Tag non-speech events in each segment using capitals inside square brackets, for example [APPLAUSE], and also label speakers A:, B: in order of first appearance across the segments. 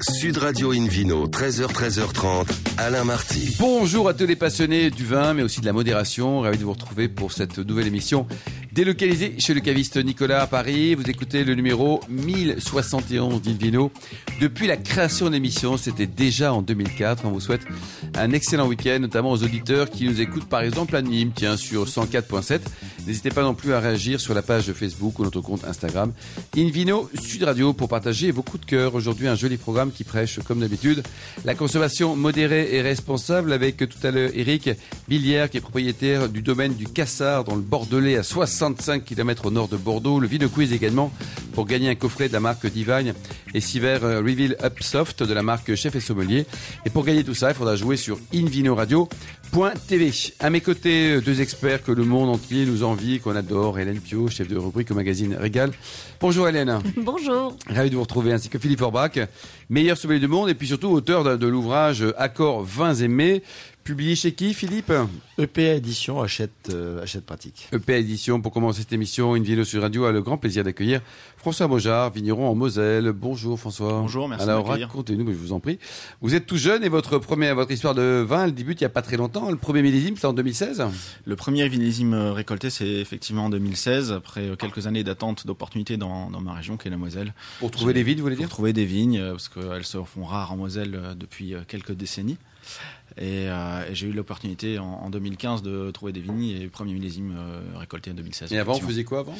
A: Sud Radio Invino, 13h, 13h30, Alain Marty.
B: Bonjour à tous les passionnés du vin, mais aussi de la modération. Ravi de vous retrouver pour cette nouvelle émission délocalisée chez le caviste Nicolas à Paris. Vous écoutez le numéro 1071 d'Invino. Depuis la création de l'émission, c'était déjà en 2004. On vous souhaite un excellent week-end, notamment aux auditeurs qui nous écoutent par exemple à Nîmes, tiens, sur 104.7. N'hésitez pas non plus à réagir sur la page de Facebook ou notre compte Instagram Invino Sud Radio pour partager vos coups de cœur. Aujourd'hui, un joli programme qui prêche, comme d'habitude, la consommation modérée et responsable avec tout à l'heure Eric Billière, qui est propriétaire du domaine du Cassard dans le Bordelais à 65 km au nord de Bordeaux. Le Vino Quiz également pour gagner un coffret de la marque Divine et Siver Reveal Upsoft de la marque Chef et Sommelier. Et pour gagner tout ça, il faudra jouer sur invinoradio.tv. À mes côtés, euh, deux experts que le monde entier nous envie, qu'on adore. Hélène Pio, chef de rubrique au magazine Régal. Bonjour Hélène.
C: Bonjour.
B: Ravi de vous retrouver, ainsi que Philippe Orbach, meilleur sommelier du monde et puis surtout auteur de, de l'ouvrage Accords vins aimés, publié chez qui, Philippe
D: EPA E Édition achète, euh, achète pratique.
B: EPA Édition, pour commencer cette émission, une vidéo sur radio a le grand plaisir d'accueillir François Mojard, vigneron en Moselle. Bonjour François.
E: Bonjour, merci
B: Alors
E: de m'accueillir.
B: racontez-nous, mais je vous en prie. Vous êtes tout jeune et votre, premier, votre histoire de vin, elle débute il n'y a pas très longtemps. Le premier millésime, c'est en 2016
E: Le premier vinésime euh, récolté, c'est effectivement en 2016, après euh, quelques années d'attente d'opportunités dans, dans ma région, qui est la Moselle.
B: Pour trouver
E: J'ai-
B: les vides, vous voulez
E: Pour
B: dire
E: trouver des vignes, euh, parce qu'elles se font rares en Moselle euh, depuis euh, quelques décennies. Et, euh, et j'ai eu l'opportunité en, en 2015 de trouver des vignes et premier millésime euh, récolté en 2016.
B: Et avant, vous
E: effectivement.
B: faisiez quoi avant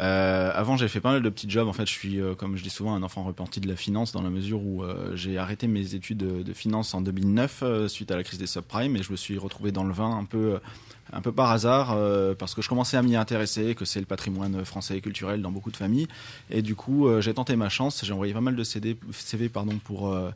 E: Euh, avant, j'ai fait pas mal de petits jobs. En fait, je suis, euh, comme je dis souvent, un enfant repenti de la finance dans la mesure où euh, j'ai arrêté mes études de, de finance en 2009 euh, suite à la crise des subprimes et je me suis retrouvé dans le vin un peu, euh, un peu par hasard euh, parce que je commençais à m'y intéresser, que c'est le patrimoine français et culturel dans beaucoup de familles. Et du coup, euh, j'ai tenté ma chance. J'ai envoyé pas mal de CD, CV pardon, pour euh,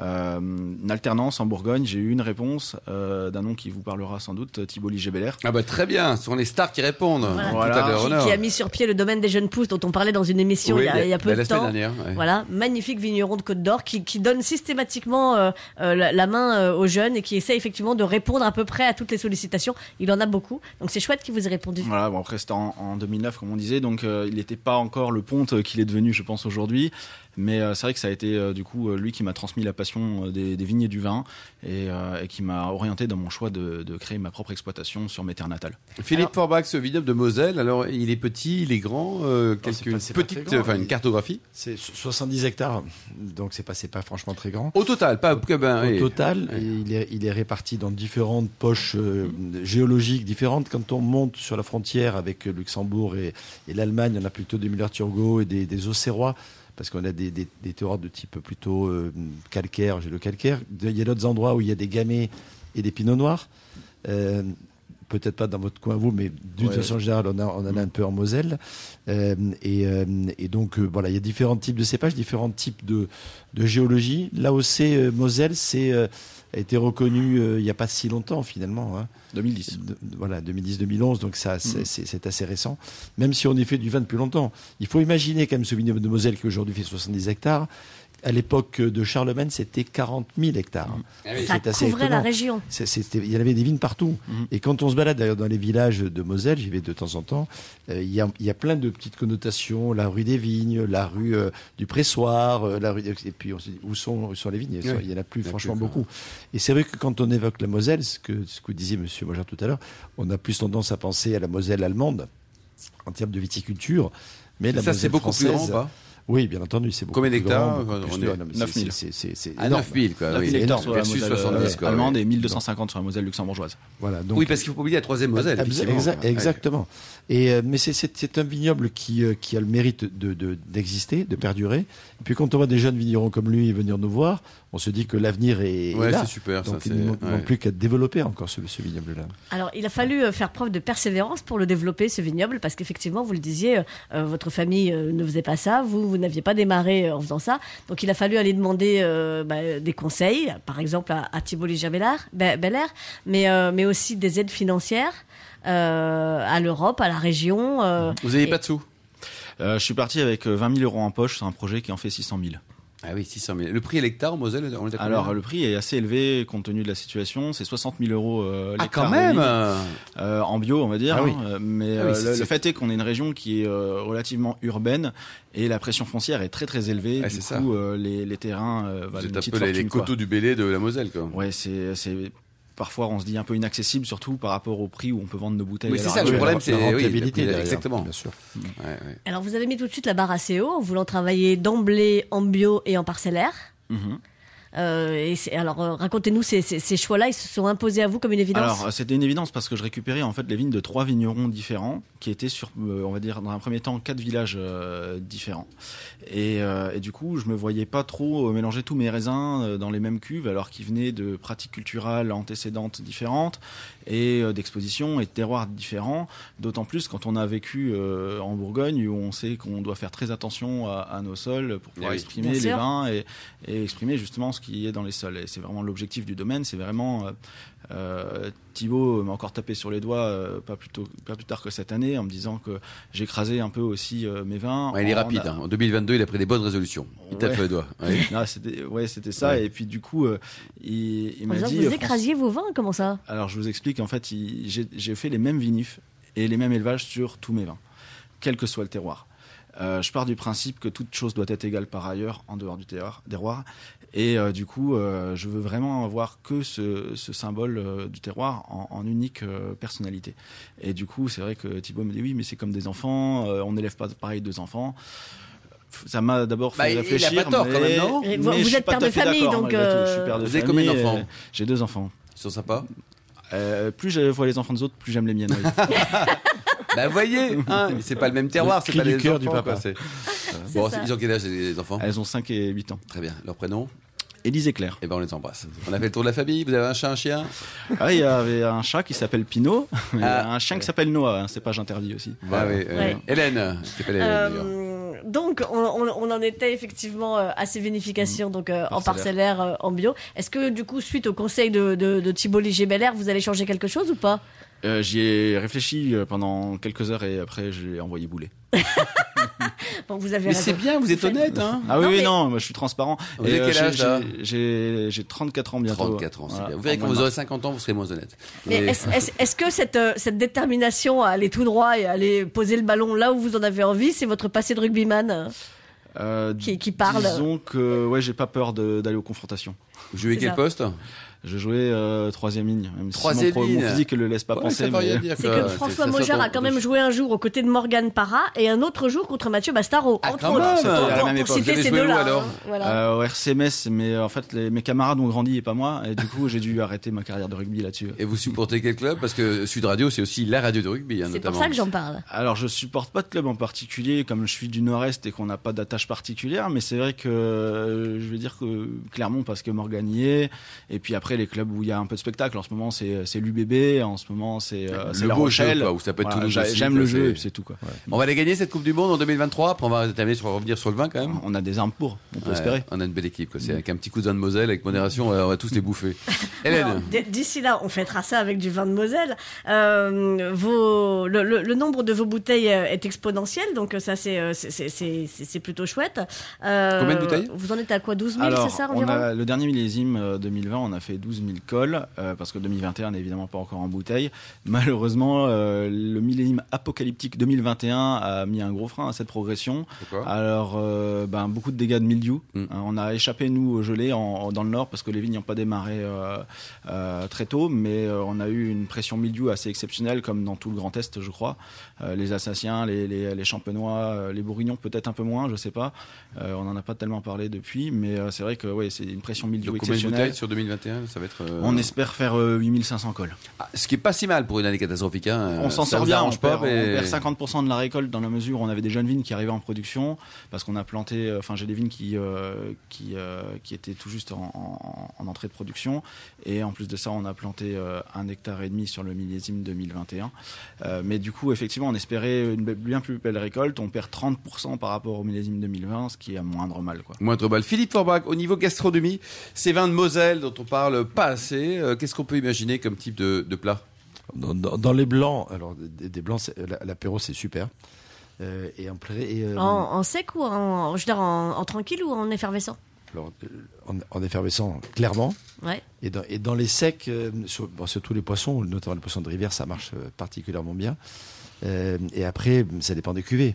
E: euh, une alternance en Bourgogne. J'ai eu une réponse euh, d'un nom qui vous parlera sans doute, Thibault Ligébelair.
B: Ah bah très bien, ce sont les stars qui répondent.
C: Voilà.
B: Tout à
E: Voilà.
B: leur
C: Qui,
B: honneur.
C: qui a mis sur pied le domaine des jeunes pousses dont on parlait dans une émission
B: Oui,
C: il, y a, il y a peu
B: bah,
C: de
B: la
C: temps.
B: semaine dernière. ouais.
C: Voilà, magnifique vigneron de Côte d'Or qui, qui donne systématiquement euh, euh, la, la main euh, aux jeunes et qui essaie effectivement de répondre à peu près à toutes les sollicitations. Il en a beaucoup, donc c'est chouette qu'il vous ait répondu.
E: Voilà, bon, après c'était en, en 2009 comme on disait, donc euh, il n'était pas encore le ponte euh, qu'il est devenu, je pense, aujourd'hui. Mais euh, c'est vrai que ça a été euh, du coup euh, lui qui m'a transmis la passion euh, des, des vignes et du vin et, euh, et qui m'a orienté dans mon choix de, de créer ma propre exploitation sur mes terres natales.
B: Philippe Forbach, ce vignoble de Moselle, alors il est petit, il est grand, euh,
D: c'est pas-
B: quelques
D: c'est pas très
B: petites,
D: grand,
B: enfin une
D: il-
B: cartographie.
D: C'est so- 70 hectares, donc c'est pas, c'est pas franchement très grand.
B: Au total, pas que ben,
D: Au
B: oui.
D: total,
B: Ouais.
D: et il, est, il est réparti dans différentes poches euh, géologiques différentes. Quand on monte sur la frontière avec euh, Luxembourg et, et l'Allemagne, on a plutôt des Müller-Turgot et des, des Auxerrois, parce qu'on a des, des, des terroirs de type plutôt euh, calcaire, gélo-calcaire. De- Il y a d'autres endroits où il y a des gamets et des pinots noirs. Euh, Peut-être pas dans votre coin, vous, mais d'une
E: Ouais.
D: façon générale, on, a- on en a un peu en Moselle. Euh, et, euh, et donc, euh, voilà, il y a différents types de cépages, différents types de, de géologie. L'AOC euh, Moselle c'est, euh, a été reconnu euh, il n'y a pas si longtemps finalement. hein.
E: 2010.
D: De- de- voilà, 2010-2011, donc ça, c'est- c'est c'est assez récent. Même si on y fait du vin depuis longtemps. Il faut imaginer quand même ce vignoble de Moselle qui aujourd'hui fait 70 hectares. À l'époque de Charlemagne, c'était 40 000 hectares.
B: Ah oui.
C: Ça
D: c'est assez
C: couvrait la
D: étonnant.
C: région.
D: C'est- c'était- Il y avait des vignes partout.
E: Mhm.
D: Et quand on se balade d'ailleurs dans les villages de Moselle, j'y vais de temps en temps, euh, il y, a, il y a plein de petites connotations. La rue des vignes, la rue euh, du pressoir, euh, la rue. des- Et puis on se dit, où sont, où sont les vignes
B: Oui.
D: Il y en a plus,
B: Il y en a
D: franchement,
B: plus, hein.
D: beaucoup. Et c'est vrai que quand on évoque la Moselle, ce que, ce que vous disiez, monsieur Mojard, tout à l'heure, on a plus tendance à penser à la Moselle allemande en termes de viticulture. Mais la
B: Ça,
D: Moselle
B: c'est beaucoup plus grand,
D: française,
B: pas
D: Oui, bien entendu, c'est beaucoup
B: Combien
D: plus
B: d'hectares
D: grand, beaucoup
B: On
D: plus-
B: est- Ah,
D: ouais, non, mais c'est-
E: 9000.
D: c'est- c'est- c'est
B: À
D: énorme.
B: 9 000, quoi.
D: oui,
E: 9 000 hectares
D: énorme.
E: sur la
B: Versus
E: Moselle euh,
B: 70, quoi,
E: allemande
B: ouais.
E: et 1250 sur la Moselle luxembourgeoise.
D: Voilà, donc
B: Oui, parce qu'il faut pas oublier la troisième Moselle.
D: Abs-
B: effectivement. Ah
D: exa- exactement. Et euh, mais c'est- c'est c'est un vignoble qui euh, qui a le mérite de de- d'exister, de, perdurer. Et puis quand on voit des jeunes vignerons comme lui venir nous voir, on se dit que l'avenir est, est
B: Ouais,
D: là.
B: c'est super, ça.
D: Donc
B: c'est-
D: il ne manque
B: ouais.
D: plus qu'à développer encore ce, ce vignoble-là.
C: Alors, il a fallu euh, faire preuve de persévérance pour le développer, ce vignoble, parce qu'effectivement, vous le disiez, euh, euh, votre famille euh, ne faisait pas ça, vous, vous n'aviez pas démarré euh, en faisant ça. Donc, il a fallu aller demander euh, bah, des conseils, par exemple à, à Thibault Ligia-Bellaire, Be- Bellaire, mais, euh, mais aussi des aides financières euh, à l'Europe, à la région. euh,
B: Vous n'avez pas de sous
E: Euh, je suis parti avec euh, 20 000 euros en poche, c'est un projet qui en fait 600 000.
B: Ah oui, 600 000. Le prix à l'hectare en Moselle, on est à combien
E: Alors, le prix est assez élevé compte tenu de la situation. C'est 60 000 euros euh,
B: ah
E: l'hectare
B: quand
E: de
B: même
E: vigne.
D: Bah,
E: Euh, en bio, on va dire.
B: Ah oui.
E: hein, euh, Mais
B: Ah oui,
E: euh,
B: c'est-
E: le, le
B: c'est-
E: fait est qu'on est une région qui est euh, relativement urbaine et la pression foncière est très très élevée.
B: Ah,
E: du
B: c'est
E: coup,
B: ça.
E: euh, les, les terrains euh, valent
B: C'est
E: une
B: un
E: petite
B: peu les, les
E: fortune, quoi.
B: coteaux du Bélé de la Moselle, quoi.
E: Ouais, c'est c'est- parfois on se dit un peu inaccessible, surtout par rapport au prix où on peut vendre nos bouteilles.
B: Oui,
E: à
B: c'est
E: l'heure
B: ça, Ah, le
E: actuelle.
B: problème,
D: la
B: c'est- oui,
D: rentabilité
B: la-
D: derrière,
B: exactement.
D: bien sûr.
B: Ouais, ouais.
C: Alors, vous avez mis tout de suite la barre assez haut en voulant travailler d'emblée en bio et en parcellaire.
E: Mhm.
C: Euh, et c'est- alors, euh, racontez-nous ces, ces- ces choix-là, ils se sont imposés à vous comme une évidence
E: Alors, euh, c'était une évidence parce que je récupérais en fait les vignes de trois vignerons différents qui étaient sur, euh, on va dire, dans un premier temps, quatre villages euh, différents. Et, euh, et du coup, je me voyais pas trop euh, mélanger tous mes raisins euh, dans les mêmes cuves alors qu'ils venaient de pratiques culturelles antécédentes différentes et euh, d'expositions et de terroirs différents. D'autant plus quand on a vécu euh, en Bourgogne où on sait qu'on doit faire très attention à, à nos sols pour pouvoir
B: Oui.
E: exprimer
C: Bien
E: les
C: sûr.
E: vins et, et exprimer justement ce qui est dans les sols. Et c'est vraiment l'objectif du domaine, c'est vraiment... euh, euh, Thibaut m'a encore tapé sur les doigts euh, pas, plus tôt- pas plus tard que cette année en me disant que j'écrasais un peu aussi euh, mes vins.
B: Ouais, il est
E: En-
B: rapide. hein. En 2022, il a pris des bonnes résolutions. Il tape
E: Ouais.
B: sur les doigts.
E: [LAUGHS]
B: Ouais.
E: Non, Ah, c'était- ouais, c'était ça.
B: Ouais.
E: Et puis du coup, euh, il, il
C: En
E: m'a
C: disant que
E: dit.
C: vous
E: euh, Francis-
C: écrasiez vos vins, comment ça
E: alors je vous explique, en fait, il- j'ai j'ai fait les mêmes vinifs et les mêmes élevages sur tous mes vins, quel que soit le terroir. Euh, je pars du principe que toute chose doit être égale par ailleurs, en dehors du terroir. terroir. Et euh, du coup, euh, je veux vraiment avoir que ce, ce symbole euh, du terroir en, en unique euh, personnalité. Et du coup, c'est vrai que Thibaut me dit oui, mais c'est comme des enfants, euh, on n'élève pas pareil deux enfants. F- Ça m'a d'abord fait
B: Bah, il- il a
E: réfléchir.
B: pas tort,
E: mais,
B: quand même, non
E: mais
C: Vous- vous
E: je suis
C: êtes
E: pas
C: père
E: tout à
C: de
E: fait
C: famille,
E: d'accord,
C: donc,
E: malgré tout.
C: euh,
E: Je suis père de
B: Vous avez combien
E: famille et
B: d'enfants
E: J'ai deux enfants.
B: Ils sont sympas.
E: Euh, plus je vois les enfants des autres, plus j'aime les miennes. oui.
B: [LAUGHS] Bah, voyez, hein, mais c'est pas le même terroir,
D: Le
B: c'est
D: cri
B: pas
D: du
B: les
D: cœur
B: enfants,
D: du papa.
B: quoi, c'est-
C: C'est
B: Bon,
C: ça.
B: ils ont quel âge les les enfants
E: Elles ont 5 et 8 ans.
B: Très bien. Leur prénom
E: Élise et Claire.
B: Eh ben, on les embrasse. On a fait le tour de la famille. Vous avez un chat, un chien
E: Ah, il y avait un chat qui s'appelle
B: [LAUGHS]
E: Pinot,
B: Ah.
E: un chien qui s'appelle Noah, hein, c'est pas j'interdis aussi.
B: Ah oui, euh,
C: Ouais.
B: Hélène. elle s'appelle Hélène, d'ailleurs.
C: Euh, donc, on, on- on en était effectivement euh, à ces vinifications
B: Mm.
C: donc, euh, en
E: Parcellaire.
C: parcellaire, euh, en bio. Est-ce que, du coup, suite au conseil de, de, de Thibault Ligier-Belair, vous allez changer quelque chose ou pas
E: Euh, J'y ai réfléchi euh, pendant quelques heures et après j'ai envoyé bouler.
C: Bon, vous avez
B: Mais
C: raison.
B: c'est bien, vous êtes
C: Vous faites-
B: honnête, hein
E: Ah oui,
C: Non,
E: oui,
C: mais-
E: non, moi je suis transparent. euh,
B: Vous avez quel
E: j'ai-
B: âge, là
E: j'ai- J'ai j'ai 34 ans bientôt.
B: 34 ans, c'est
E: Voilà,
B: bien. Vous
E: en
B: verrez quand
E: mois de
B: vous aurez
E: mars.
B: 50 ans, vous serez moins honnête.
C: Mais
B: Mais-
C: est-ce est-ce- est-ce que cette, euh, cette détermination à aller tout droit et à aller poser le ballon là où vous en avez envie, c'est votre passé de rugbyman euh,
E: Euh,
C: qui- qui parle.
E: Disons que ouais, j'ai pas peur de- d'aller aux confrontations.
B: Vous jouez
C: c'est
B: quel
C: ça.
B: poste
E: Je jouais euh, troisième ligne, même
B: Troisième
E: si mon, pro-
B: ligne.
E: mon physique le laisse pas
B: Ouais,
E: penser.
B: ça veut rien
E: mais-
B: dire,
C: C'est
B: quoi.
C: que François
B: ça
C: Mojar
B: sort
C: a quand
B: de-
C: même joué un jour aux côtés de Morgane Parra et un autre jour contre Mathieu Bastaro.
B: Ah,
C: entre
B: quand
C: autres.
B: même,
C: Pour-
B: à la
C: pour
B: même époque. Vous
C: citer
B: avez
C: ces
B: joué où,
C: deux-là. hein.
B: alors Ah,
C: Voilà.
E: Euh, au RCMS, mais euh, en fait les- mes camarades ont grandi et pas moi, et du coup j'ai dû [LAUGHS] arrêter ma carrière de rugby là-dessus.
B: Et vous supportez quel club Parce que Sud Radio, c'est aussi la radio de rugby, hein,
C: c'est
B: notamment.
C: pour ça que j'en parle.
E: Alors je supporte pas de club en particulier, comme je suis du Nord-Est et qu'on n'a pas d'attache particulière, mais c'est vrai que euh, je vais dire que Clermont parce que Morgan y est, et puis après les clubs où il y a un peu de spectacle. En ce moment c'est c'est l'UBB, en ce moment c'est euh, c'est
B: le
E: La
B: beau
E: Rochelle.
B: jeu, quoi, où ça peut être
E: Voilà,
B: Toulouse
E: j'a-
B: aussi,
E: J'aime
B: quoi,
E: le
B: c'est-
E: jeu, et puis c'est tout quoi.
B: On va aller gagner cette Coupe du Monde en 2023. Après, on va terminer sur revenir sur le vin quand même.
E: On a des armes pour, on peut
B: Ouais,
E: espérer.
B: on a une belle équipe. quoi. C'est avec un petit cousin de Moselle, avec modération, on va- on va tous les [LAUGHS] bouffer. Hélène,
C: Alors, d- D'ici là, on fêtera ça avec du vin de Moselle. Euh, vos- le, le- le nombre de vos bouteilles euh, est exponentiel, donc euh, ça, c'est euh, c'est- c'est- c'est- c'est- c'est plutôt chouette. Euh,
B: Combien de bouteilles
C: Vous en êtes à quoi 12 000,
E: Alors,
C: c'est ça
E: on
C: environ
E: a, le dernier millésime euh, 2020, on a fait 12 000 cols, euh, parce que 2021 n'est évidemment pas encore en bouteille. Malheureusement, euh, le millésime apocalyptique 2021 a mis un gros frein à cette progression.
B: pourquoi
E: Alors, euh, ben, beaucoup de dégâts de mildiou.
B: Mm.
E: Hein, on a échappé, nous, au gelé en- en- dans le nord parce que les vignes n'ont pas démarré euh, euh, très tôt, mais euh, on a eu une pression mildiou assez exceptionnelle, comme dans tout le Grand Est, je crois. Euh, les Alsaciens, les, les, les Champenois, euh, les Bourguignons, peut-être un peu moins, je sais pas. Euh, on n'en a pas tellement parlé depuis, mais euh, c'est vrai que ouais, c'est une pression mildiou
B: Donc, combien de
E: exceptionnelle.
B: bouteilles sur 2021 Ça va être. euh,
E: On espère faire euh, 8500 cols.
B: Ah, ce qui est pas si mal pour une année catastrophique. hein.
E: On s'en
B: Ça
E: sort
B: vous
E: bien,
B: arrange
E: on perd,
B: pas, mais-
E: on perd 50% de la récolte dans la mesure où on avait des jeunes vignes qui arrivaient en production parce qu'on a planté, euh, enfin j'ai des vignes qui, euh, qui, euh, qui étaient tout juste en, en- en entrée de production et en plus de ça on a planté euh, un hectare et demi sur le millésime 2021. Euh, mais du coup effectivement on espérait une be- bien plus belle récolte, on perd 30% par rapport au millésime 2020 ce qui est à moindre mal quoi.
B: Moindre balle. Philippe Forbach, au niveau gastronomie, ces vins de Moselle dont on parle pas assez, euh, qu'est-ce qu'on peut imaginer comme type de, de plat
D: Dans, dans- dans les blancs, alors des, des blancs, c'est- la- l'apéro c'est super. Euh, et en, pré- et, euh,
C: Oh. en, en sec ou en, je veux dire, en, en tranquille ou en effervescent
D: alors, euh, en, en effervescent, clairement.
C: Ouais.
D: Et dans, et dans les secs, euh, sur, bon, sur tous les poissons, notamment les poissons de rivière, ça marche euh, particulièrement bien. Euh, et après, ça dépend des cuvées.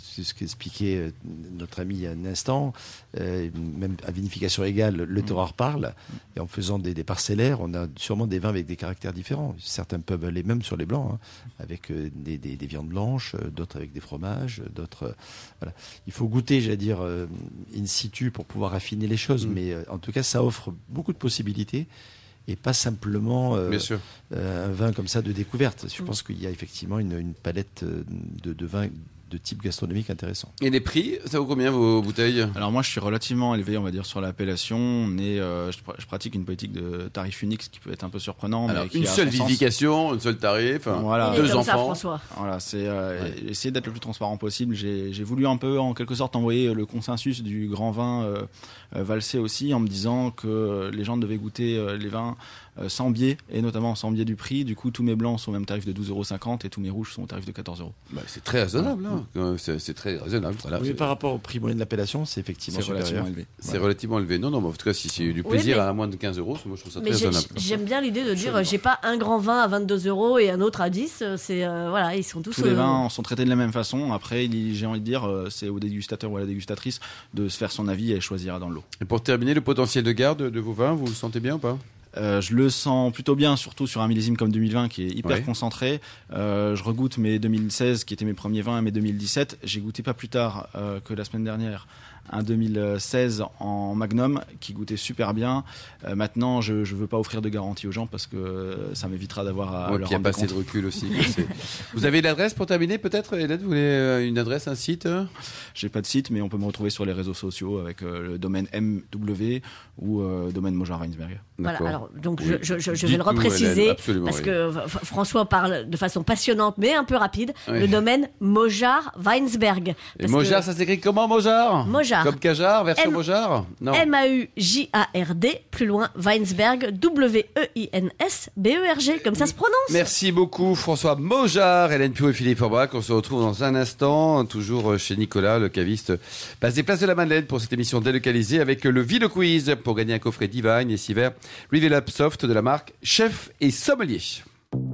D: C'est ce qu'expliquait euh, notre ami il y a un instant. Euh, même à vinification égale,
B: Mm.
D: le terroir parle. Et en faisant des, des parcellaires, on a sûrement des vins avec des caractères différents. Certains peuvent aller même sur les blancs, hein, avec euh, des, des- des viandes blanches, euh, d'autres avec des fromages, euh, d'autres. euh, voilà. Il faut goûter, j'allais dire, euh, in situ pour pouvoir affiner les choses.
B: Mm.
D: Mais euh, en tout cas, ça offre beaucoup de possibilités. Et pas simplement euh,
B: Bien sûr.
D: euh, un vin comme ça de découverte. Je
C: Mm.
D: pense qu'il y a effectivement une, une palette euh, de, de vins de type gastronomique intéressant.
B: Et les prix, ça vaut combien vos bouteilles
E: Alors moi, je suis relativement élevé, on va dire, sur l'appellation. On est, euh, je, pr- je pratique une politique de tarif unique, ce qui peut être un peu surprenant. Oh, mais
B: Alors,
E: qui
B: une
E: a
B: seule
E: son sens.
B: vivification, un seul tarif. hein.
E: Voilà.
C: Il est
B: Ah, Deux
C: comme ça,
B: enfants.
C: François.
E: Voilà, c'est euh, essayer d'être le plus transparent possible. J'ai j'ai voulu un peu, en quelque sorte, envoyer euh, le consensus du grand vin euh, euh, valsé aussi, en me disant que les gens devaient goûter euh, les vins euh, sans biais, et notamment sans biais du prix. Du coup, tous mes blancs sont au même tarif de 12,50€ et tous mes rouges sont au tarif de 14€.
B: Bah, c'est très raisonnable. hein. Euh,
E: Mmh.
B: C'est c'est très raisonnable. Voilà,
D: Oui,
B: Ah, c'est-
D: mais par rapport au prix moyen de l'appellation, c'est effectivement
E: C'est
D: supérieur.
E: relativement élevé.
B: c'est relativement élevé. Non, non, mais en tout cas, si c'est du
C: Oui,
B: plaisir
C: mais-
B: à moins de 15 euros, moi je trouve ça très
C: Mais j'ai-
B: raisonnable.
C: j'aime bien l'idée de dire euh, j'ai pas un grand vin à 22 euros et un autre à 10. euh, C'est euh, voilà, ils sont tous.
E: Tous les
C: euh,
E: vins sont traités de la même façon. Après, il- j'ai envie de dire, euh, c'est au dégustateur ou à la dégustatrice de se faire son avis et choisir dans le lot.
B: Et pour terminer, le potentiel de garde de vos vins, vous le sentez bien ou pas
E: Euh, je le sens plutôt bien, surtout sur un millésime comme 2020 qui est hyper
B: Ouais.
E: concentré. Euh, je regoute mes 2016 qui étaient mes premiers vins et mes 2017. J'ai goûté pas plus tard euh, que la semaine dernière un 2016 en Magnum qui goûtait super bien. Euh, maintenant, je ne veux pas offrir de garantie aux gens parce que euh, ça m'évitera d'avoir à
C: Ah,
B: Ouais,
E: leur
B: puis il n'y a pas
E: rendre
B: assez
E: compte.
B: de recul
C: [LAUGHS]
B: aussi. C'est- vous avez l'adresse pour terminer peut-être Hélène, vous voulez euh, une adresse, un site euh
E: J'ai pas de site, mais on peut me retrouver sur les réseaux sociaux avec euh, le domaine MW ou euh, domaine Mojar Weinsberg.
C: Voilà,
B: D'accord.
C: alors donc
B: Oui.
C: je- je, je- je
B: Dites-nous,
C: vais le
B: Hélène,
C: repréciser
B: absolument,
C: parce
B: oui.
C: que F- F- François parle de façon passionnante mais un peu rapide.
B: Oui.
C: Le domaine Mojar Weinsberg.
B: Et Mojar, ça s'écrit comment Mojar
C: Mojar.
B: Comme Cajar, version
C: M-
B: Mojar Non.
C: M-A-U-J-A-R-D, plus loin Weinsberg, E W-E-I-N-S-B-E-R-G, E comme ça se prononce.
B: Merci beaucoup François Mojar, Hélène Pio et Philippe Forbach. On se retrouve dans un instant, toujours chez Nicolas, le caviste. Passez place de la Madeleine pour cette émission délocalisée avec le Vino Quiz pour gagner un coffret Divine et Siver Reveal Up Soft de la marque Chef et Sommelier.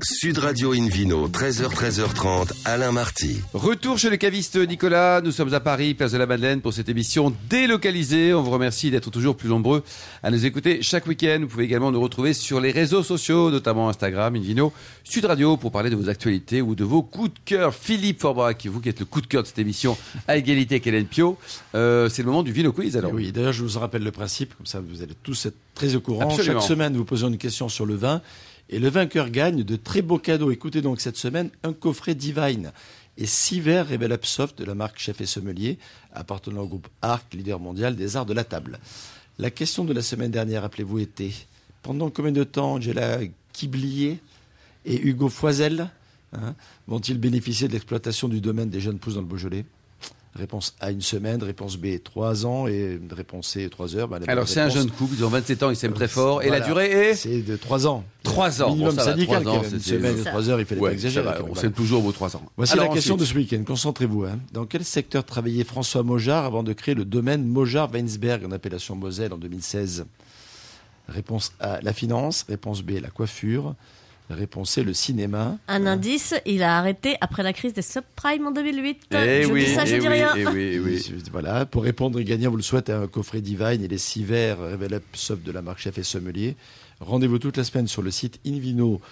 A: Sud Radio Invino, 13h, 13h30, Alain Marty.
B: Retour chez le caviste Nicolas. Nous sommes à Paris, place de la Madeleine, pour cette émission délocalisée. On vous remercie d'être toujours plus nombreux à nous écouter chaque week-end. Vous pouvez également nous retrouver sur les réseaux sociaux, notamment Instagram, Invino, Sud Radio, pour parler de vos actualités ou de vos coups de cœur. Philippe Forbach, qui vous qui êtes le coup de cœur de cette émission à égalité avec Hélène Pio. Euh, c'est le moment du Vino Quiz, alors.
D: Et Eh oui, d'ailleurs, je vous rappelle le principe, comme ça vous allez tous être très au courant.
B: Absolument.
D: Chaque semaine, nous posons une question sur le vin et le vainqueur gagne de très beaux cadeaux. Écoutez donc cette semaine un coffret Divine et six verres Rebel Up Soft de la marque Chef et Sommelier, appartenant au groupe Arc, leader mondial des arts de la table. La question de la semaine dernière, rappelez-vous, était pendant combien de temps Angela Kiblier et Hugo Foisel hein, vont-ils bénéficier de l'exploitation du domaine des jeunes pousses dans le Beaujolais Réponse A, une semaine. Réponse B, trois ans. Et réponse C, trois heures. Bah, la
B: Alors,
D: bonne
B: c'est un
D: réponse,
B: jeune couple, ils ont 27 ans, ils s'aiment très fort. Et la
D: Voilà.
B: durée est
D: C'est de trois ans.
B: 3 ans.
D: Minimum
B: Bon, ça va,
D: syndical,
B: trois ans,
D: quand même. Une
B: c'est-
D: semaine, de
C: Ça.
D: trois heures, il fallait
B: Ouais,
D: pas exagérer.
B: ça va,
D: quand
B: on
D: même. Voilà.
B: s'aime toujours aux 3 ans.
D: Voici
B: Alors,
D: la question
B: ensuite.
D: de ce week-end. Concentrez-vous. hein. Dans quel secteur travaillait François Mojard avant de créer le domaine Mojard-Weinsberg en appellation Moselle en 2016 Réponse A, la finance. Réponse B, la coiffure. Réponse C, le cinéma.
C: Un indice, il a arrêté après la crise des subprimes en 2008.
B: Eh
C: je
B: oui,
C: dis ça, je
B: eh
C: dis
B: oui,
C: rien.
B: eh oui, eh
D: [LAUGHS]
B: oui.
D: Voilà, pour répondre et gagner, on vous le souhaite un coffret Divine et les six verres Revel Up Soft de la marque Chef et Sommelier. Rendez-vous toute la semaine sur le site Invino,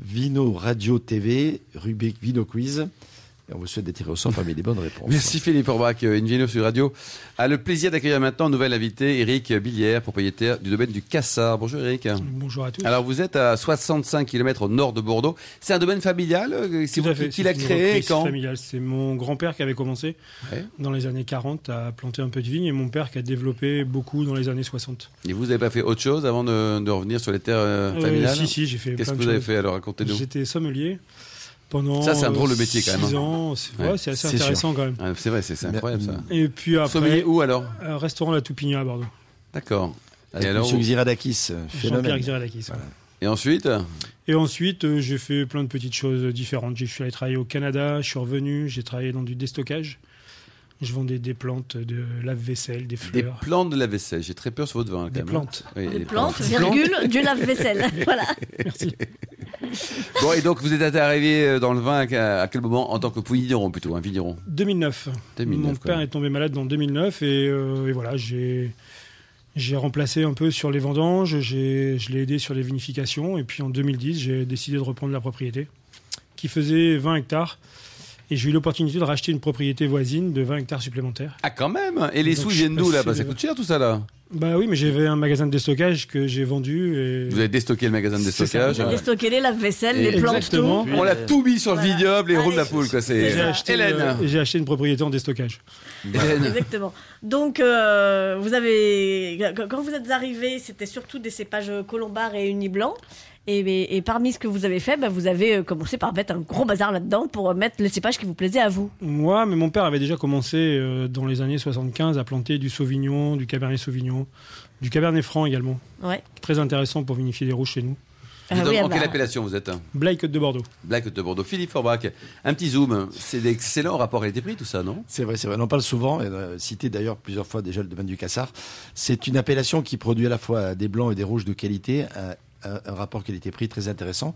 D: Vino Radio TV, rubrique Vino Quiz. Et on vous souhaite des tirer au sort parmi les bonnes réponses.
B: Merci Philippe Orbach, euh, Invino Sud Radio. A le plaisir d'accueillir maintenant un nouvel invité, Eric Billière, propriétaire du domaine du Cassard. Bonjour Eric.
F: Bonjour à tous.
B: Alors vous êtes à 65 km au nord de Bordeaux. C'est un domaine familial euh, C'est
F: Tout
B: vous
F: à fait,
B: qui, qui
F: c'est
B: l'a
F: une
B: créé et
F: reprise
B: quand
F: familiale. C'est mon grand-père qui avait commencé
B: Ouais.
F: dans les années 40 à planter un peu de vigne et mon père qui a développé beaucoup dans les années 60.
B: Et vous n'avez pas fait autre chose avant de, de revenir sur les terres euh,
F: Euh,
B: familiales
F: si, si, j'ai fait
B: Qu'est-ce
F: plein
B: que
F: de
B: vous avez
F: choses.
B: fait alors Racontez-nous.
F: J'étais sommelier pendant
B: Ça, c'est un drôle de
F: euh,
B: métier, quand même,
F: six
B: hein.
F: ans. C'est
B: Ouais.
F: ouais, c'est assez
D: C'est sûr.
F: intéressant quand même.
B: Ah, c'est vrai, c'est c'est incroyable ça.
F: Et puis
B: Sommelier
F: après,
B: où alors
F: un restaurant La Toupigna à Bordeaux.
B: D'accord. Et,
D: Avec
B: alors,
D: Monsieur
B: vous-
D: Xiradakis, euh,
F: Jean-Pierre
D: phénomène.
F: Xeradakis. ouais.
B: et ensuite
F: Et ensuite, euh, j'ai fait plein de petites choses différentes. Je suis allé travailler au Canada, je suis revenu, j'ai travaillé dans du déstockage. Je vendais des plantes de lave-vaisselle,
B: Des
F: des fleurs.
B: plantes de la vaisselle. J'ai très peur sur votre vin. Quand
F: Des
B: même, hein.
F: plantes.
B: Oui,
C: Des
B: les
C: plantes, virgule, du lave-vaisselle. [LAUGHS] voilà.
B: Bon, et donc vous êtes arrivé euh, dans le vin à à quel moment En tant que vigneron plutôt, un vigneron.
F: 2009.
B: 2009,
F: Mon
B: quand
F: père
B: même.
F: est tombé malade dans 2009 et, euh, et voilà, j'ai j'ai remplacé un peu sur les vendanges, j'ai- je l'ai aidé sur les vinifications et puis en 2010, j'ai décidé de reprendre la propriété qui faisait 20 hectares et j'ai eu l'opportunité de racheter une propriété voisine de 20 hectares supplémentaires.
B: Ah, quand même Et les
F: Donc,
B: sous
F: je
B: viennent
F: sais
B: d'où
F: pas
B: là
F: si
B: Bah, Ça
F: le-
B: coûte cher tout ça là.
F: Bah oui, mais j'avais un magasin de déstockage que j'ai vendu et
B: Vous avez déstocké le magasin de
F: C'est
B: déstockage.
F: ça,
B: hein.
C: Déstocker les lave-vaisselle,
B: Et-
C: les plantes,
F: Exactement.
C: tout.
B: On l'a tout mis sur le
C: Voilà.
B: vignoble et roule
C: Allez,
B: la poule quoi. C'est
C: c'est
F: j'ai
C: ça.
F: acheté,
B: Hélène.
F: une- j'ai acheté une propriété en déstockage.
B: Hélène.
C: Exactement. Donc, euh, vous avez, quand- quand vous êtes arrivé, c'était surtout des cépages colombards et uniblancs. Et, et, et parmi ce que vous avez fait, bah, vous avez euh, commencé par mettre un gros bazar là-dedans pour euh, mettre les cépages qui vous plaisaient à vous.
F: Moi, mais mon père avait déjà commencé euh, dans les années 75 à planter du Sauvignon, du Cabernet Sauvignon, du Cabernet Franc également.
C: Ouais.
F: Très intéressant pour vinifier les rouges chez nous.
B: Vous êtes
C: Ah oui,
B: en
C: ah bah,
B: quelle appellation vous êtes hein
F: Black de Bordeaux.
B: Black de Bordeaux. Philippe Forbach, un petit zoom. C'est d'excellents rapports qualité-prix tout ça, non
D: C'est vrai, c'est vrai. On en parle souvent, et on a cité d'ailleurs plusieurs fois déjà le domaine du Cassard. C'est une appellation qui produit à la fois des blancs et des rouges de qualité, un, un- un rapport qualité-prix très intéressant.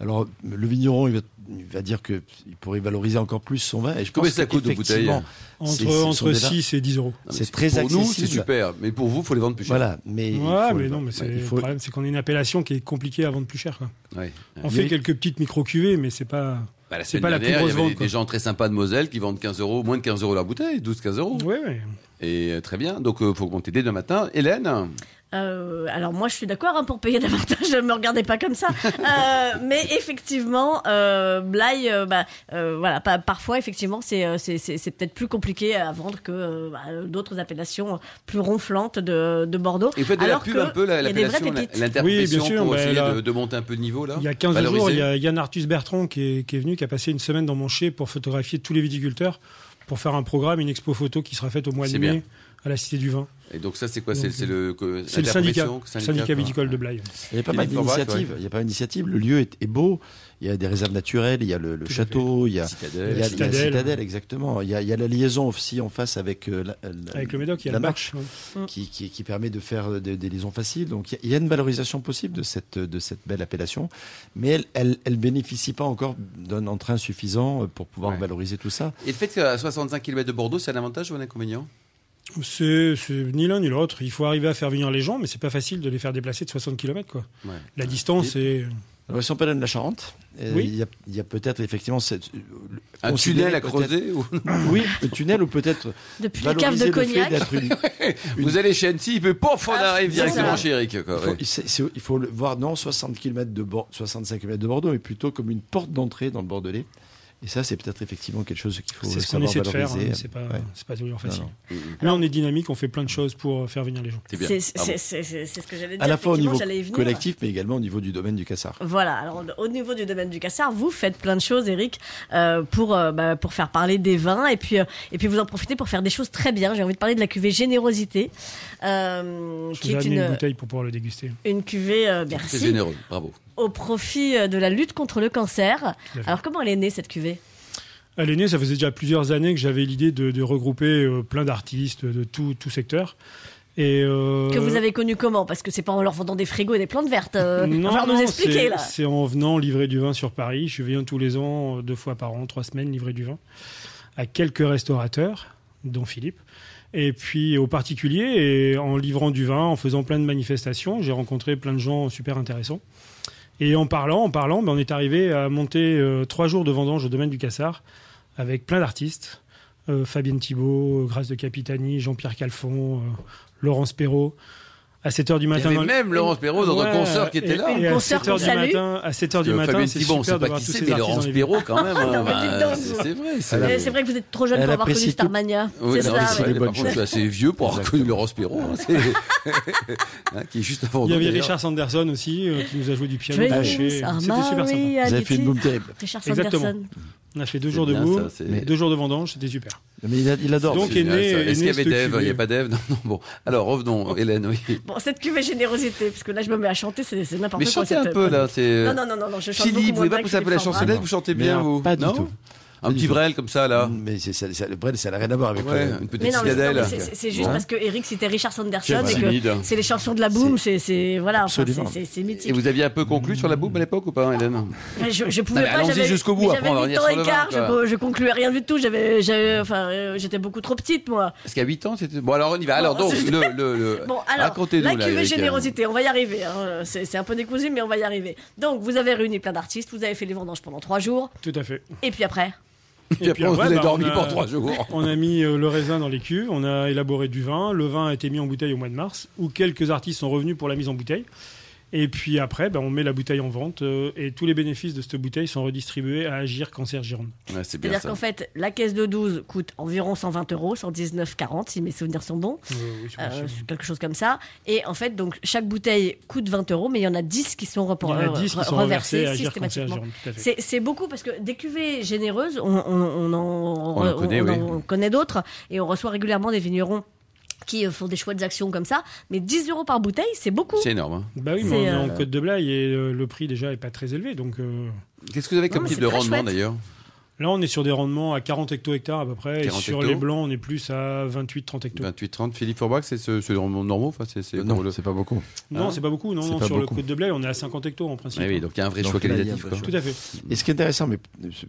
D: Alors, le vigneron, il va, il va dire qu'il pourrait valoriser encore plus son vin. Et je
B: Combien
D: pense
B: ça coûte aux
D: qu'effectivement,
B: bouteilles
F: Entre,
D: c'est- ce sont
F: entre
D: des vins-
F: 6 et 10 euros.
B: Non, mais
D: C'est très
B: Pour nous, c'est
D: accessible.
B: super. Mais pour vous, faut les vendre plus cher.
D: Voilà, mais. il
F: Ouais,
D: faut-
F: mais non, mais c'est,
D: il
F: le
D: faut-
F: problème, c'est qu'on a une appellation qui est compliquée à vendre plus cher. quoi.
B: Ouais.
F: On
D: Il y
F: fait
D: a-
F: quelques petites micro-cuvées, mais c'est pas.
B: Bah, la
F: C'est
B: semaine
F: pas la plus
B: dernière, il
F: grosse
B: y avait
F: vente,
B: des,
F: quoi.
B: des gens très sympas de Moselle qui vendent 15 euros, moins de 15 euros la bouteille, 12-15 euros.
F: Ouais, ouais.
B: Et euh, très bien, donc euh, faut augmenter dès demain matin. Hélène,
C: euh, alors moi, je suis d'accord hein, pour payer [LAUGHS] davantage. Ne me regardez pas comme ça. Euh, mais effectivement, euh, Blaye, euh, bah, euh, voilà, pa- parfois effectivement, c'est euh, c'est c'est- c'est peut-être plus compliqué à vendre que euh, bah, d'autres appellations plus ronflantes de, de Bordeaux.
B: et vous faites de
C: Alors
B: la pub
C: que
B: un peu, la-
C: il y a des vraies
B: l'appellation, la-
C: pépites.
F: Oui,
B: l'interprétation
F: bien sûr,
B: pour
F: bah,
B: essayer
F: là-
B: de, de monter un peu de niveau là
F: Il y a 15
B: Valoriser.
F: jours, il y a Yann Arthus Bertrand qui est, qui est venu, qui a passé une semaine dans mon chai pour photographier tous les viticulteurs, pour faire un programme, une expo photo qui sera faite au mois
B: C'est
F: de
B: bien.
F: mai à la Cité du Vin.
B: Et donc ça, c'est quoi C'est
F: Donc,
B: c'est le, que- Ah,
F: C'est le syndicat,
B: l'interprétation,
F: syndicat
B: quoi.
F: viticole de Blaye.
D: Il n'y a pas mal
B: Philippe Forbach,
D: d'initiatives. Il y a pas mal d'initiatives. Le lieu est, est beau. Il y a des réserves naturelles. Il y a le, le
F: Tout à
D: château. Il y a. Il y
B: Citadelle.
D: a,
F: La
D: il y a la
F: citadelle.
D: citadelle, exactement. Il y, a, il y a la liaison aussi en face avec, euh, la- la-
F: Avec le Médoc, il y a
D: la
F: le
D: marche
F: bac, ouais.
D: qui, qui- qui permet de faire euh, des, des liaisons faciles. Donc il y a- il y, a une valorisation possible de cette, de cette belle appellation, mais elle elle, elle bénéficie pas encore d'un entrain suffisant euh, pour pouvoir
B: Ouais.
D: valoriser tout ça.
B: Et le fait qu'à 65 km de Bordeaux, c'est un avantage ou un inconvénient
F: C'est c'est ni l'un ni l'autre. Il faut arriver à faire venir les gens, mais c'est pas facile de les faire déplacer de 60 km. Quoi.
B: Ouais.
F: La distance est.
D: Alors, si on parle de la Charente, euh,
F: Oui.
D: il y a, il y a peut-être effectivement cette, euh,
B: Un
D: considérer
B: tunnel à
D: peut-être-
B: creuser ou-
F: [COUGHS]
D: Oui, le tunnel ou peut-être
C: Depuis les caves
D: valoriser
C: de
D: le fait
C: cognac.
D: d'être
F: [LAUGHS]
D: une-
B: Vous allez chez Annecy, il peut pof, on
C: Ah,
B: arrive
C: c'est
B: directement
C: ça.
B: chez Eric. quoi,
D: Il faut,
B: ouais.
D: c'est- c'est- il faut le voir non 60 km de Bor- 65 km de Bordeaux, mais plutôt comme une porte d'entrée dans le Bordelais. Et ça, c'est peut-être effectivement quelque chose qu'il faut
F: C'est ce qu'on
D: savoir
F: essaie de faire, hein,
D: valoriser.
F: mais c'est pas,
D: Ouais.
F: c'est pas toujours facile.
D: Non,
F: Là, on est dynamique, on fait plein de choses pour euh, faire venir les gens.
B: C'est bien.
C: C'est
B: Ah bon.
C: c'est- c'est- c'est- c'est ce que j'allais dire.
D: À la fois au
C: Effectivement,
D: niveau
C: j'allais y venir.
D: collectif, mais également au niveau du domaine du Cassard.
C: Voilà, alors au niveau du domaine du Cassard, vous faites plein de choses, Eric, euh, pour, euh, bah, pour faire parler des vins et puis, euh, et puis vous en profitez pour faire des choses très bien. J'ai envie de parler de la cuvée Générosité, euh,
F: Je
C: qui
F: vous ai
C: est
F: amené une
C: une,
F: bouteille pour pouvoir le déguster.
C: une cuvée, euh,
B: C'est
C: merci,
B: généreux, bravo.
C: au profit euh, de la lutte contre le cancer.
F: Tout à fait.
C: Alors comment elle est née cette cuvée
F: À l'aîné, ça faisait déjà plusieurs années que j'avais l'idée de, de regrouper euh, plein d'artistes de tout, tout secteur. Et euh,
C: Que vous avez connue comment Parce que c'est pas en leur vendant des frigos et des plantes vertes. euh,
F: Non,
C: on va nous
F: non,
C: expliquer
F: c'est-
C: là.
F: C'est en venant livrer du vin sur Paris. Je viens tous les ans, euh, deux fois par an, trois semaines, livrer du vin à quelques restaurateurs, dont Philippe. Et puis aux particuliers, et en livrant du vin, en faisant plein de manifestations, j'ai rencontré plein de gens super intéressants. Et en parlant, en parlant, ben, on est arrivé à monter euh, trois jours de vendange au domaine du Cassard avec plein d'artistes. Euh, Fabienne Thibault, Grâce de Capitani, Jean-Pierre Calfon, euh, Laurence Perrault. À 7h du
B: Il y
F: matin,
B: avait
F: dans le-
B: même Laurence Perrault, notre
F: Ouais,
B: consoeur, qui
F: et-
B: était là.
F: et à
C: Consoeur
F: 7
C: qu'on
F: heures du
C: salue.
F: matin, à 7h du
B: Euh,
F: matin,
B: Fabien
F: c'est
B: Thibon, on
F: super
B: sait
F: de
B: pas
F: voir
B: qui
F: tous
B: c'est,
F: ces
B: mais
F: artisans.
B: Laurence
F: et-
B: Perrault quand même. hein,
C: Non, mais
B: bah,
C: dites donc.
B: c'est c'est vrai. c'est-
D: Elle a-
C: Mais Euh, C'est vrai que vous êtes trop jeune
D: Elle
C: pour avoir
D: apprécie
C: connu
D: tout.
C: Starmania.
B: Oui,
C: c'est
B: non,
C: ça.
B: c'est
C: ouais.
B: vrai,
D: des
B: par
D: bonnes
B: contre, je suis
D: choses.
B: assez vieux pour avoir connu Laurence Perrault, hein, c'est- hein, qui est juste avant
F: Il y
B: nous,
F: avait
B: d'ailleurs.
F: Richard Sanderson aussi, euh, qui nous a joué du piano.
C: Dreams
F: caché.
C: are
F: C'était super sympa.
D: Vous avez fait
C: reality.
D: une boum terrible.
C: Richard
F: Exactement.
C: Sanderson.
F: On a fait deux
B: C'est
F: jours
B: Eh bien,
F: debout,
B: ça, c'est-
F: mais deux jours de vendange, c'était super.
D: Mais il, a- il adore.
F: Donc,
D: ce-
B: C'est
F: est
B: génial,
F: né-
B: ça.
F: est
B: Est-ce qu'il y
F: né
B: avait
F: cette
B: Dave Il n'y a
F: cuvée.
B: pas Dave Non, non, bon. Alors, revenons, Hélène, oui.
C: Bon, cette cuvée générosité, parce que là je me mets à chanter, c'est c'est n'importe
B: Mais
C: quoi.
B: chantez un
C: cette-
B: peu, là. c'est-
C: Non, non, non, non, non, je chante
B: Chili,
C: beaucoup
B: vous
C: moins
B: pouvez
C: bien
B: pas
C: que
B: pousser un peu la
C: Philippe Forbach.
B: chansonnette, vous chantez
D: Mais
B: bien,
D: alors,
B: vous
D: Pas du
B: Non
D: tout.
B: Un petit brel comme ça,
F: Mm.
B: là.
D: Mais c'est, ça- ça- le Brel, ça n'a rien à voir avec
B: Ah. Ouais,
D: le-
B: une petite
C: Mais non, mais c'est- non,
B: citadelle.
C: mais c'est- c'est c'est juste
B: Ouais.
C: parce que Eric, c'était Richard Sanderson
B: C'est
C: et
B: timide.
C: que c'est les chansons de la boom, c'est c'est- voilà, enfin,
D: Absolument.
C: c'est- c'est c'est mythique.
B: Et vous aviez un peu conclu sur la boum à l'époque ou pas, Hélène
C: Mais Je, je pouvais
B: Non, mais
C: pas.
B: allons-y
C: j'avais-
B: jusqu'au bout,
C: mais
B: après, on va
C: J'avais
B: revenir
C: 8 ans
B: sur le
C: et quart,
B: vin, quoi.
C: je, je concluais rien du tout. J'avais, j'avais- enfin, euh, j'étais beaucoup trop petite, moi.
B: Parce qu'à 8 ans, c'était. Bon, alors on y va. Alors,
C: Bon,
B: donc,
C: c'est-
B: le. le, le-
C: Bon, alors,
B: Euh, Racontez-nous,
C: la
B: là,
C: cuvée
B: Eric.
C: générosité, on va y arriver. hein. C'est c'est un peu décousu, mais on va y arriver. Donc, vous avez réuni plein d'artistes, vous avez fait les vendanges pendant trois jours,
F: Tout à fait.
C: et puis après,
B: Et après, on
F: ouais,
B: vous a
F: bah,
B: dormi
F: on a-
B: pour 3 jours.
F: On a mis euh, le raisin dans les cuves, on a élaboré du vin, le vin a été mis en bouteille au mois de mars, où quelques artistes sont revenus pour la mise en bouteille. Et puis après, ben, on met la bouteille en vente euh, et tous les bénéfices de cette bouteille sont redistribués à Agir Cancer Gironde.
B: Ouais, c'est bien
C: c'est-à-dire
B: ça.
C: qu'en fait, la caisse de 12 coûte environ 120 euros, 119,40 si mes souvenirs sont bons. Euh, quelque chose comme ça. Et en fait, donc chaque bouteille coûte 20 euros, mais il y en a 10 qui sont, euh,
F: Il y en a 10 qui sont reversés à Agir Cancer
C: systématiquement.
F: Gironde. tout à fait.
C: C'est c'est beaucoup parce que des cuvées généreuses, on, on- on en,
B: On en connaît, oui.
C: en connaît d'autres et on reçoit régulièrement des vignerons qui euh, font des choix d'actions comme ça. Mais 10 euros par bouteille, c'est beaucoup.
B: C'est énorme. hein.
F: Bah oui, mais
C: c'est,
F: on est en
C: euh,
F: Côte de Blaye et euh, le prix déjà est pas très élevé. Donc euh,
B: Qu'est-ce que vous avez
C: Non,
B: comme
C: mais
B: type
C: c'est
B: de
C: très
B: rendement
C: chouette.
B: d'ailleurs
F: là, on est sur des rendements à 40 hecto-hectares à peu près. Et
B: 40
F: sur
B: hecto.
F: les blancs, on est plus à 28-30 hecto.
B: 28-30. Philippe Forbach, c'est ce, ce rendement normal enfin, c'est, c'est
D: Non,
B: pour le-
D: c'est pas beaucoup.
F: Non,
B: Hein
F: c'est pas beaucoup. Non,
D: C'est
F: non,
D: pas
F: sur
D: beaucoup.
F: le Côte de Blaye, on est à 50 hecto en principe.
B: Ouais, Ah oui, donc il y a un vrai
D: Donc,
B: choix
D: là, il y a un
B: qualitatif.
D: vrai
B: quoi.
D: choix.
F: Tout à fait.
D: Et ce qui est intéressant, mais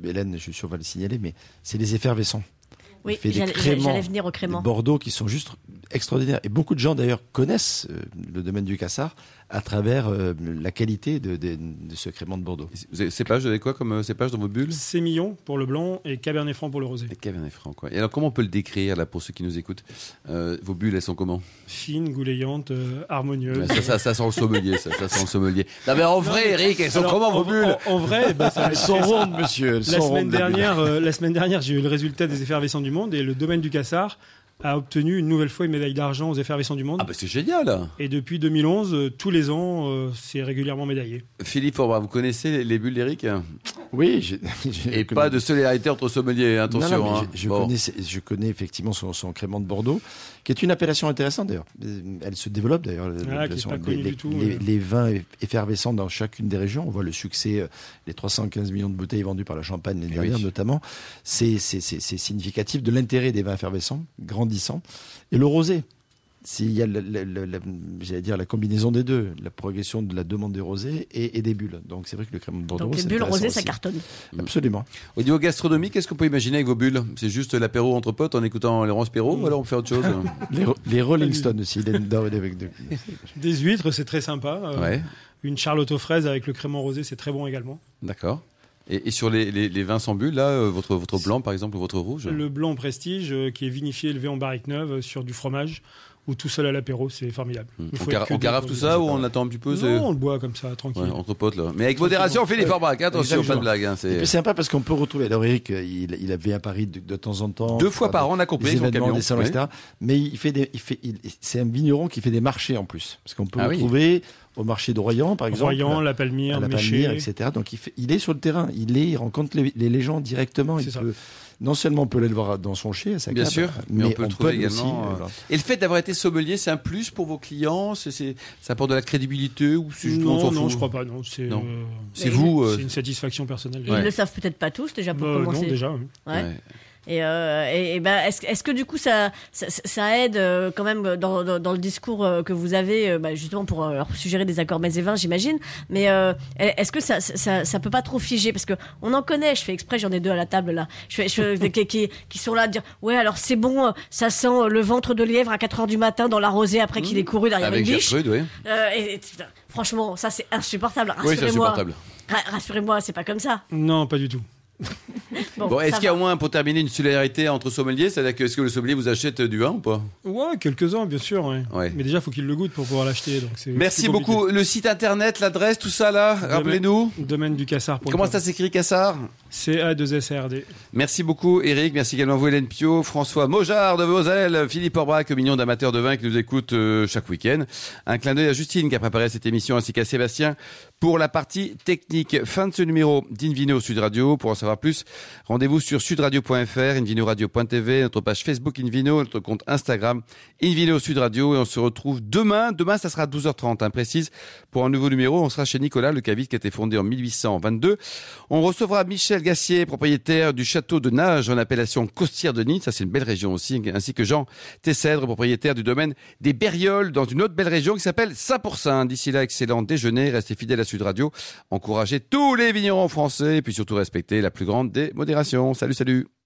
D: Hélène, je suis sûr, va le signaler, mais c'est les effervescents.
C: Oui,
D: fait des
C: j'allais
D: créments,
C: j'allais venir au
D: de
C: crément.
D: Bordeaux qui sont juste extraordinaires. Et beaucoup de gens d'ailleurs connaissent euh, le domaine du Cassard à travers euh, la qualité de, de- de ce crément de Bordeaux.
B: Vous avez cépage, vous avez quoi comme euh, cépage dans vos bulles
F: Sémillon pour le blanc et Cabernet Franc pour le rosé.
B: Et Cabernet Franc, quoi. Et alors, comment on peut le décrire, là, pour ceux qui nous écoutent Euh, Vos bulles, elles sont comment
F: Fine, goulayante, euh, harmonieuse.
B: ça, ça, ça sent le sommelier, ça, ça sent le sommelier. Non, mais en vrai, Eric, elles sont
F: Alors,
B: comment,
F: en,
B: vos bulles
F: en- en vrai,
B: [LAUGHS]
F: bah, ça-
D: sont rondes, monsieur.
F: la, semaine dernière, euh, la semaine dernière, j'ai eu le résultat des effervescents du monde et le domaine du Cassard a obtenu une nouvelle fois une médaille d'argent aux effervescents du monde.
B: Ah, bah, c'est génial
F: Et depuis 2011, euh, tous les ans, euh, c'est régulièrement médaillé.
B: Philippe Forbach, vous connaissez les- les bulles d'Eric hein
D: Oui, j'ai- j'ai-
B: Et pas de solidarité entre sommeliers, hein,
D: Non, non,
B: attention.
D: mais
B: hein.
D: je, je
B: Bon.
D: connais, c'est- je connais effectivement son, son crément de Bordeaux, qui est une appellation intéressante d'ailleurs. Euh, Elle se développe d'ailleurs. l'appellation.
F: Ah, qui est pas
D: les,
F: connue
D: les-
F: du tout,
D: les-
F: euh.
D: les vins eff- effervescents dans chacune des régions. On voit le succès, euh, les 315 millions de bouteilles vendues par la Champagne l'année
B: Eh
D: dernière
B: oui.
D: notamment. C'est c'est- c'est- c'est significatif de l'intérêt des vins effervescents, grandissant. Et le rosé. S'il y a, le- le- le- la- j'allais dire, la combinaison des deux, la progression de la demande des rosés et, et des bulles. Donc c'est vrai que le crément de Bordeaux,
C: Donc les
D: c'est
C: bulles
D: intéressant
C: rosées, ça
D: aussi.
C: cartonne.
D: Absolument.
B: Au niveau gastronomique, qu'est-ce qu'on peut imaginer avec vos bulles C'est juste l'apéro entre potes en écoutant Laurence Perrault ou alors on fait autre
F: [LAUGHS]
B: chose hein
D: Les, ro- les Rolling Stones aussi. les- dans-
B: [LAUGHS]
D: avec de-
F: Des huîtres, c'est très sympa. Euh,
B: Ouais,
F: Une charlotte aux fraises avec le crément rosé, c'est très bon également.
B: d'accord. Et, et sur les, les, les vins sans bulles, là, euh, votre, votre blanc par exemple ou votre rouge
F: Le blanc prestige, euh, qui est vinifié, élevé en barrique neuve, euh, sur du fromage, ou tout seul à l'apéro, c'est formidable.
B: Hmm.
F: Il
B: On,
F: faut
B: cara-
F: être que
B: on
F: deux
B: carafe
F: pour
B: tout
F: le
B: ça
F: dire,
B: ou
F: c'est
B: on
F: pas
B: attend un petit peu
F: mal.
B: c'est-
F: Non, on le boit comme ça, tranquille.
B: Ouais, entre potes là. Mais avec modération, on fait les barbaques, attention, pas de
D: Exactement.
B: blague. hein,
D: Et
B: c'est...
D: puis c'est sympa parce qu'on peut retrouver. Alors Eric, euh, il, il vient à Paris de, de temps en temps.
B: Deux fois par
D: an.
B: an, on a
D: Des
B: compris son
D: événements,
B: camion.
D: des salons,
B: Ouais.
D: etc. Mais il fait des, il fait, il- c'est un vigneron qui fait des marchés en plus, parce qu'on peut
B: Ah
D: le
B: oui.
D: trouver au marché de Royan, par exemple,
F: Royan,
B: euh,
D: à
F: la
D: la
F: Palmyre, Méché.
D: Palmyre, etc. Donc il, fait- il est sur le terrain, il est, il rencontre les, les- les gens directement. Il
F: C'est ça.
D: peut, non seulement on peut aller le voir dans son chez, à sa
B: Bien
D: cave,
B: sûr, mais on peut le trouver également,
D: euh,
B: euh, Et le fait d'avoir été sommelier, c'est un plus pour vos clients c'est, c'est- Ça apporte de la crédibilité ou c'est juste on
F: non,
B: s'en
F: non,
B: fout
F: je crois pas. Non, c'est
B: Non.
F: euh,
B: C'est vous. euh,
F: c'est une satisfaction personnelle.
C: Ils
B: Ouais.
C: le savent peut-être pas tous déjà pour
F: Bah, non,
C: commencer.
F: déjà. oui.
C: Ouais.
B: ouais.
C: Et, euh, et, et ben, est-ce, est-ce que du coup ça, ça, ça aide euh, quand même dans, dans, dans le discours euh, que vous avez, euh, bah, justement pour euh, leur suggérer des accords mets et vins, j'imagine. Mais euh, est-ce que ça, ça- ça, ça peut pas trop figer parce que on en connaît. Je fais exprès, j'en ai deux à la table là, je fais, je, fais- qui, qui, qui sont là à dire ouais alors c'est bon, euh, ça sent euh, le ventre de lièvre à 4 heures du matin dans la rosée après qu'il est couru derrière
B: Avec
C: une biche.
B: Gertrude, oui.
C: Euh, et- et, putain, franchement, ça c'est insupportable.
B: Oui, c'est
C: Rassurez-moi,
B: insupportable.
C: Ra- rassurez-moi, c'est pas comme ça.
F: Non, pas du tout.
B: Bon,
C: ça
B: est-ce qu'il y a
C: va.
B: au moins, pour terminer, une solidarité entre sommeliers C'est-à-dire que est-ce que le sommelier vous achète euh, du vin ou pas
F: Ouais, quelques-uns, bien sûr. ouais.
B: Ouais.
F: Mais déjà, faut qu'il le goûte pour pouvoir l'acheter. donc c'est
B: Merci
F: plus compliqué.
B: beaucoup. Le site internet, l'adresse, tout ça là, rappelez-nous.
F: Domaine du Cassard. pour
B: Comment
F: le
B: ça s'écrit, Cassard
F: CA2SRD.
B: Merci beaucoup, Eric. Merci également à vous, Hélène Pio, François Mojard de Vosel, Philippe Orbrac, million d'amateurs de vin qui nous écoutent euh, chaque week-end. Un clin d'œil à Justine qui a préparé cette émission ainsi qu'à Sébastien pour la partie technique. Fin de ce numéro d'Invino Sud Radio. Pour en savoir plus, Rendez-vous sur sudradio.fr, invinoradio.tv, notre page Facebook Invino, notre compte Instagram Invino Sud Radio. Et on se retrouve demain. Demain, ça sera 12h30, hein, précise, pour un nouveau numéro. On sera chez Nicolas Le Caviste qui a été fondé en 1822. On recevra Michel Gassier, propriétaire du château de Nage en appellation Costière de Nîmes. Ça, c'est une belle région aussi. Ainsi que Jean Tessèdre, propriétaire du domaine des Bérioles dans une autre belle région qui s'appelle Saint-Pourçain. D'ici là, excellent déjeuner. Restez fidèles à Sud Radio. Encouragez tous les vignerons français et puis surtout respectez la plus grande des modérations. Salut, salut.